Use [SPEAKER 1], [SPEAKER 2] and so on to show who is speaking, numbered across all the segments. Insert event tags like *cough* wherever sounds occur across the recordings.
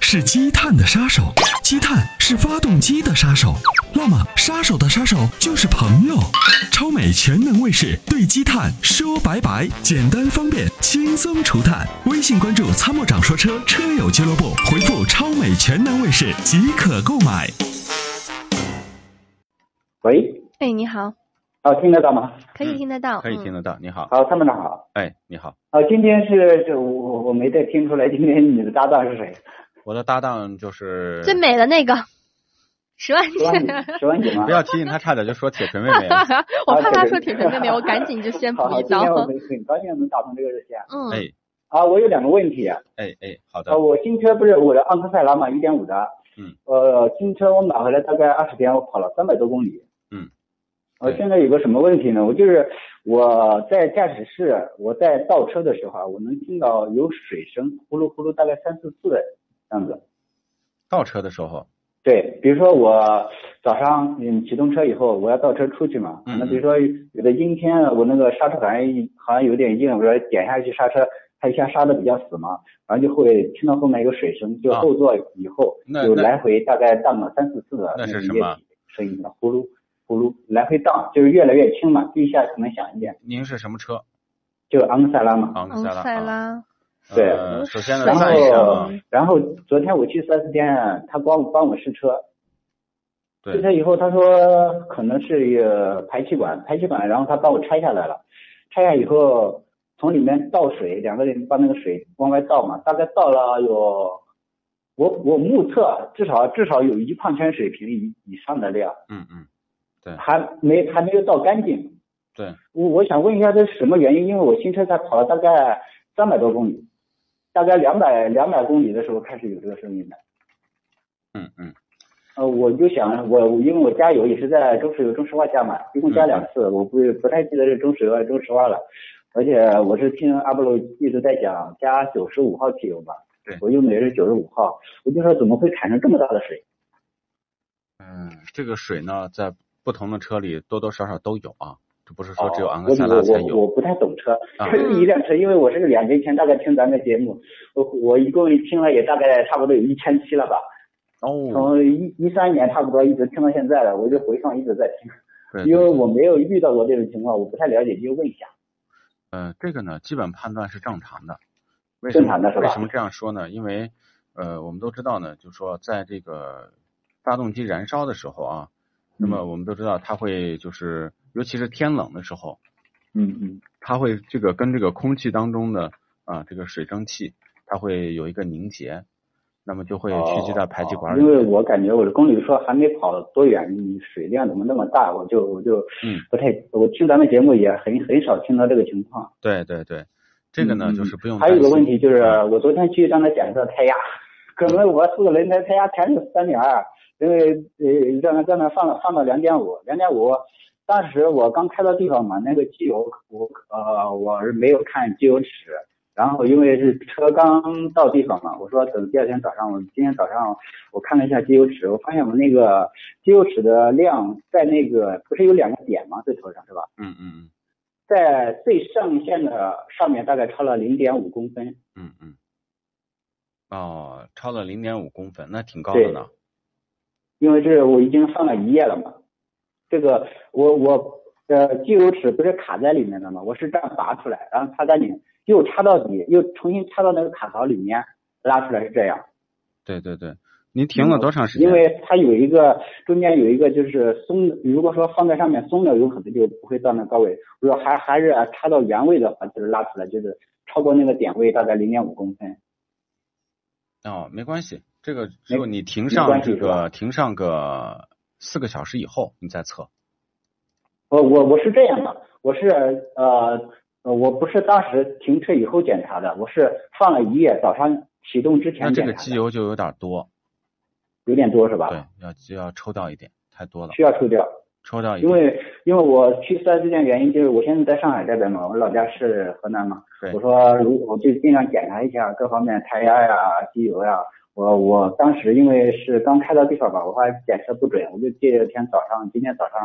[SPEAKER 1] 是积碳的杀手，积碳是发动机的杀手。那么，杀手的杀手就是朋友。超美全能卫士对积碳说拜拜，简单方便，轻松除碳。微信关注“参谋长说车”车友俱乐部，回复“超美全能卫士”即可购买。
[SPEAKER 2] 喂，
[SPEAKER 3] 哎，你好，
[SPEAKER 2] 啊，听得到吗？
[SPEAKER 3] 可以听得到，
[SPEAKER 4] 可以
[SPEAKER 3] 嗯
[SPEAKER 4] 听得到。你好，
[SPEAKER 2] 好，参谋长好。
[SPEAKER 4] 哎，你好，
[SPEAKER 2] 啊，今天是这我我我没太听出来，今天你的搭档是谁？
[SPEAKER 4] 我的搭档就是
[SPEAKER 3] 最美的那个十万
[SPEAKER 2] 十万
[SPEAKER 3] 姐，
[SPEAKER 2] 几，十万几吗
[SPEAKER 4] *laughs* 不？要提醒他，差点就说铁锤妹妹了。
[SPEAKER 3] 我
[SPEAKER 2] 啊
[SPEAKER 3] 怕
[SPEAKER 2] 这
[SPEAKER 3] 他
[SPEAKER 2] 个
[SPEAKER 3] 说铁锤妹妹，我赶紧就先补
[SPEAKER 2] 好好，
[SPEAKER 3] 一
[SPEAKER 2] 今
[SPEAKER 3] 刀
[SPEAKER 2] 天。我们很高兴能打通这个热线。
[SPEAKER 3] *laughs* 嗯，哦
[SPEAKER 4] 哎
[SPEAKER 2] 啊，我有两个问题啊，
[SPEAKER 4] 哎哎，好的
[SPEAKER 2] 啊，，我新车不是我的昂克赛拉嘛，一点五的，
[SPEAKER 4] 嗯，
[SPEAKER 2] 呃，新车我买回来大概二十天，我跑了三百多公里，
[SPEAKER 4] 嗯，
[SPEAKER 2] 呃，
[SPEAKER 4] 对
[SPEAKER 2] 现在有个什么问题呢？我就是我在驾驶室，我在倒车的时候啊，我能听到有水声，呼噜呼噜，大概三四次的样子。
[SPEAKER 4] 倒车的时候，
[SPEAKER 2] 对，比如说我早上嗯启动车以后，我要倒车出去嘛，可
[SPEAKER 4] 嗯
[SPEAKER 2] 能比如说有的阴天啊，我那个刹车好像好像有点硬，我说点下去刹车，它一下刹的比较死嘛，然后就会听到后面有水声，就
[SPEAKER 4] 啊
[SPEAKER 2] 后座以后
[SPEAKER 4] 那
[SPEAKER 2] 就
[SPEAKER 4] 那
[SPEAKER 2] 来回大概荡了三四次的
[SPEAKER 4] 那
[SPEAKER 2] 个液
[SPEAKER 4] 是什
[SPEAKER 2] 体
[SPEAKER 4] 么
[SPEAKER 2] 声音的呼噜呼噜来回荡，就是越来越轻嘛，第一下可能响一点，
[SPEAKER 4] 您是什么车？
[SPEAKER 2] 就昂克赛拉嘛。
[SPEAKER 4] 昂克
[SPEAKER 3] 昂
[SPEAKER 4] 赛
[SPEAKER 3] 克
[SPEAKER 4] 拉。
[SPEAKER 3] 赛
[SPEAKER 4] 啊
[SPEAKER 3] 拉，
[SPEAKER 2] 对
[SPEAKER 4] 呃，首先呢，
[SPEAKER 3] 然
[SPEAKER 2] 然
[SPEAKER 4] 看一下
[SPEAKER 2] 后
[SPEAKER 4] 啊，，
[SPEAKER 2] 然后昨天我去四 S 店，啊他光帮我试车，
[SPEAKER 4] 对
[SPEAKER 2] 试，车以后，他说可能是呃排气管，排气管，然后他帮我拆下来了，拆下以后从里面倒水，两个人把那个水往外倒嘛，大概倒了有，我我目测至少至少有一矿泉水瓶以以上的量，
[SPEAKER 4] 嗯嗯，
[SPEAKER 2] 还没还没有倒干净。
[SPEAKER 4] 对，
[SPEAKER 2] 我我想问一下这是什么原因？因为我新车才跑了大概三百多公里，大概两百两百公里的时候开始有这个声音的。
[SPEAKER 4] 嗯嗯，
[SPEAKER 2] 呃，我就想我我因为我加油也是在中石油、中石化加嘛，一共加两
[SPEAKER 4] 嗯
[SPEAKER 2] 次，我不不太记得是中石油还是中石化了。而且我是听阿波罗一直在讲加九十五号汽油嘛
[SPEAKER 4] 对，
[SPEAKER 2] 我用的也是九十五号，我就说怎么会产生这么大的水？
[SPEAKER 4] 嗯，这个水呢，在不同的车里多多少少都有啊，这不是说只有昂
[SPEAKER 2] 我
[SPEAKER 4] 克赛拉才
[SPEAKER 2] 我我
[SPEAKER 4] 有
[SPEAKER 2] 我不太懂车，
[SPEAKER 4] 啊
[SPEAKER 2] 这。是 *laughs* 一辆车，因为我是两年前大概听咱的节目，我我一共听了也大概差不多有一千七了吧，
[SPEAKER 4] 哦，
[SPEAKER 2] 从一一三年差不多一直听到现在了，我就回放一直在听，
[SPEAKER 4] 对，
[SPEAKER 2] 因为
[SPEAKER 4] 对
[SPEAKER 2] 我没有遇到过这种情况，我不太了解，就问一啊下。
[SPEAKER 4] 呃，这个呢，基本判断是正常的。为什
[SPEAKER 2] 正
[SPEAKER 4] 么
[SPEAKER 2] 常的是吧
[SPEAKER 4] 为什么这样说呢？因为呃，我们都知道呢，就说在这个发动机燃烧的时候啊，
[SPEAKER 2] 嗯
[SPEAKER 4] 那么我们都知道它会就是，尤其是天冷的时候，
[SPEAKER 2] 嗯嗯。
[SPEAKER 4] 它会这个跟这个空气当中的啊、这个水蒸气，它会有一个凝结，那么就会
[SPEAKER 2] 哦
[SPEAKER 4] 蓄积在排气管里
[SPEAKER 2] 因
[SPEAKER 4] 面。
[SPEAKER 2] 为我感觉我的公里数还没跑多远，你水量怎么那么大？我就我就
[SPEAKER 4] 嗯
[SPEAKER 2] 不太，我听咱们节目也很很少听到这个情况。
[SPEAKER 4] 对对对，这个呢、
[SPEAKER 2] 嗯
[SPEAKER 4] 就是不用
[SPEAKER 2] 还有一个
[SPEAKER 4] 担心
[SPEAKER 2] 问题就是
[SPEAKER 4] 嗯，
[SPEAKER 2] 我昨天去让他检测胎压， *laughs* 可能我四个轮胎胎压全是三点二，因为呃让他让他放到放到两点五，两点五。当时我刚开到地方嘛，那个机油我呃我是没有看机油尺，然后因为是车刚到地方嘛，我说等第二天早上，我今天早上我看了一下机油尺，我发现我那个机油尺的量在那个不是有两个点吗？最头上是吧？
[SPEAKER 4] 嗯嗯
[SPEAKER 2] 在最上限的上面大概超了零点五公分，
[SPEAKER 4] 嗯嗯嗯，哦，超了零点五公分，那挺高
[SPEAKER 2] 对
[SPEAKER 4] 的呢。
[SPEAKER 2] 因为这我已经放了一夜了嘛。这个我我呃机油尺不是卡在里面的嘛，我是这样拔出来，然后插在里面，又插到底，又重新插到那个卡槽里面拉出来是这样。
[SPEAKER 4] 对对对，您停了多长时间？
[SPEAKER 2] 因为它有一个中间有一个就是松，如果说放在上面松的，有可能就不会到那高位。如果还还是呃插到原位的话，就是拉出来就是超过那个点位大概零点五公分。
[SPEAKER 4] 哦，没关系，这个只有你停
[SPEAKER 2] 没关
[SPEAKER 4] 上
[SPEAKER 2] 系
[SPEAKER 4] 这
[SPEAKER 2] 是吧
[SPEAKER 4] 个停上个四个小时以后，你再测。
[SPEAKER 2] 我呃我我是这样的，我是呃呃我不是当时停车以后检查的，我是放了一夜，早上启动之
[SPEAKER 4] 那
[SPEAKER 2] 前
[SPEAKER 4] 这
[SPEAKER 2] 检
[SPEAKER 4] 个
[SPEAKER 2] 查
[SPEAKER 4] 机
[SPEAKER 2] 的，
[SPEAKER 4] 油就有点多，
[SPEAKER 2] 有点多是吧？
[SPEAKER 4] 对，要就要抽掉一点，太多了，
[SPEAKER 2] 需要抽掉，
[SPEAKER 4] 抽掉一
[SPEAKER 2] 因
[SPEAKER 4] 点。
[SPEAKER 2] 为因为我去四 S 店原因就是我现在在上海这边嘛，我老家是河南嘛，
[SPEAKER 4] 对
[SPEAKER 2] 我说如果我就尽量检查一下各方面胎压呀、机油呀。我我当时因为是刚开到地方吧，我还检测不准，我就第二天早上，今天早上，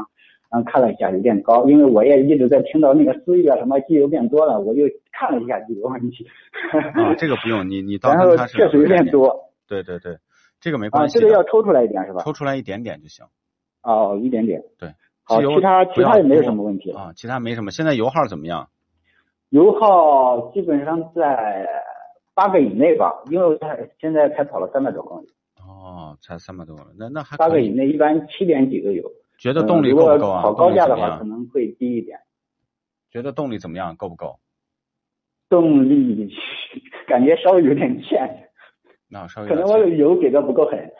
[SPEAKER 2] 嗯看了一下有点高，因为我也一直在听到那个思域啊什么机油变多了，我就看了一下机油问题， *laughs*
[SPEAKER 4] 啊，这个不用，你你到
[SPEAKER 2] 然后
[SPEAKER 4] 跟他是
[SPEAKER 2] 确实有点多，
[SPEAKER 4] 对对对，这个没
[SPEAKER 2] 啊，
[SPEAKER 4] 关系
[SPEAKER 2] 这
[SPEAKER 4] 的，
[SPEAKER 2] 个要抽出来一点是吧？
[SPEAKER 4] 抽出来一点点就行。
[SPEAKER 2] 哦，一点点。
[SPEAKER 4] 对，
[SPEAKER 2] 好，
[SPEAKER 4] 机油
[SPEAKER 2] 其他
[SPEAKER 4] 不
[SPEAKER 2] 其
[SPEAKER 4] 要
[SPEAKER 2] 他也没有
[SPEAKER 4] 多
[SPEAKER 2] 什么问题了。
[SPEAKER 4] 啊，其他没什么。现在油耗怎么样？
[SPEAKER 2] 油耗基本上在八个以内吧，因为我才现在才跑了三百多公里，
[SPEAKER 4] 哦，才三百多公里，那那还
[SPEAKER 2] 八
[SPEAKER 4] 可
[SPEAKER 2] 个以
[SPEAKER 4] 以。
[SPEAKER 2] 内一般七点几都有。
[SPEAKER 4] 觉得
[SPEAKER 2] 嗯
[SPEAKER 4] 动力
[SPEAKER 2] 如
[SPEAKER 4] 够
[SPEAKER 2] 果
[SPEAKER 4] 不够啊？
[SPEAKER 2] 跑
[SPEAKER 4] 动
[SPEAKER 2] 高
[SPEAKER 4] 力
[SPEAKER 2] 架
[SPEAKER 4] 怎
[SPEAKER 2] 的
[SPEAKER 4] 么
[SPEAKER 2] 话，可
[SPEAKER 4] 样？
[SPEAKER 2] 能会低一点。
[SPEAKER 4] 觉得动力怎么样？够不够？
[SPEAKER 2] 动力 *laughs* 感觉稍微有点欠，
[SPEAKER 4] 那稍微
[SPEAKER 2] 可
[SPEAKER 4] 有
[SPEAKER 2] 能
[SPEAKER 4] 点
[SPEAKER 2] 我
[SPEAKER 4] 欠
[SPEAKER 2] 的油给的不够狠。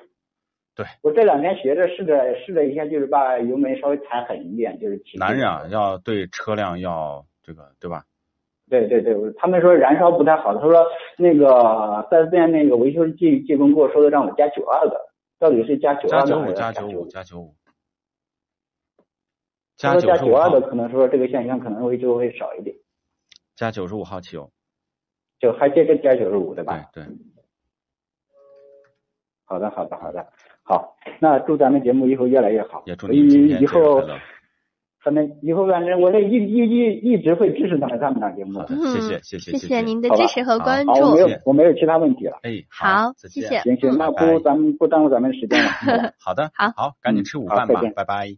[SPEAKER 4] 对，
[SPEAKER 2] 我这两天学着试着试了一下，就是把油门稍微踩狠一点，就是骑。
[SPEAKER 4] 男人啊，。要对车辆要这个，对吧？
[SPEAKER 2] 对对对，我他们说燃烧不太好，他说那个四 S 店那个维修技技工给我说的，让我加九二的，到底是加九
[SPEAKER 4] 加
[SPEAKER 2] 二
[SPEAKER 4] 九
[SPEAKER 2] 的还
[SPEAKER 4] 五，
[SPEAKER 2] 是
[SPEAKER 4] 加
[SPEAKER 2] 九
[SPEAKER 4] 九五，？加九五，
[SPEAKER 2] 他
[SPEAKER 4] 加
[SPEAKER 2] 说加
[SPEAKER 4] 九十
[SPEAKER 2] 九
[SPEAKER 4] 五
[SPEAKER 2] 二
[SPEAKER 4] 号
[SPEAKER 2] 的，可能说这个现象可能会就会少一点，
[SPEAKER 4] 加九十五号汽油。
[SPEAKER 2] 就还接着加九十五对吧？
[SPEAKER 4] 对对，
[SPEAKER 2] 好的，好的，好的，好，那祝咱们节目以后越来越好。
[SPEAKER 4] 也祝您今天
[SPEAKER 2] 以
[SPEAKER 4] 节日
[SPEAKER 2] 后
[SPEAKER 4] 快乐。
[SPEAKER 2] 反正以后反正我这一一一一直会支持咱们咱们档节目
[SPEAKER 4] 好。的，
[SPEAKER 3] 嗯，
[SPEAKER 4] 谢谢谢
[SPEAKER 3] 谢
[SPEAKER 4] 谢
[SPEAKER 3] 您的
[SPEAKER 2] 好吧
[SPEAKER 3] 支持和
[SPEAKER 4] 好
[SPEAKER 3] 关
[SPEAKER 2] 好，我没
[SPEAKER 3] 注
[SPEAKER 4] 有。
[SPEAKER 2] 有我没有其他问题了。
[SPEAKER 4] 哎，
[SPEAKER 3] 好，
[SPEAKER 4] 再
[SPEAKER 3] 谢
[SPEAKER 4] 见
[SPEAKER 3] 谢。
[SPEAKER 2] 行行，那
[SPEAKER 4] 拜拜 *laughs*
[SPEAKER 2] 不咱们不耽误咱们时间了。
[SPEAKER 4] 好的，
[SPEAKER 3] 好
[SPEAKER 4] 好，赶紧
[SPEAKER 2] 嗯
[SPEAKER 4] 吃午
[SPEAKER 2] 好
[SPEAKER 4] 饭
[SPEAKER 2] 再
[SPEAKER 4] 吧
[SPEAKER 2] 见，
[SPEAKER 4] 拜拜。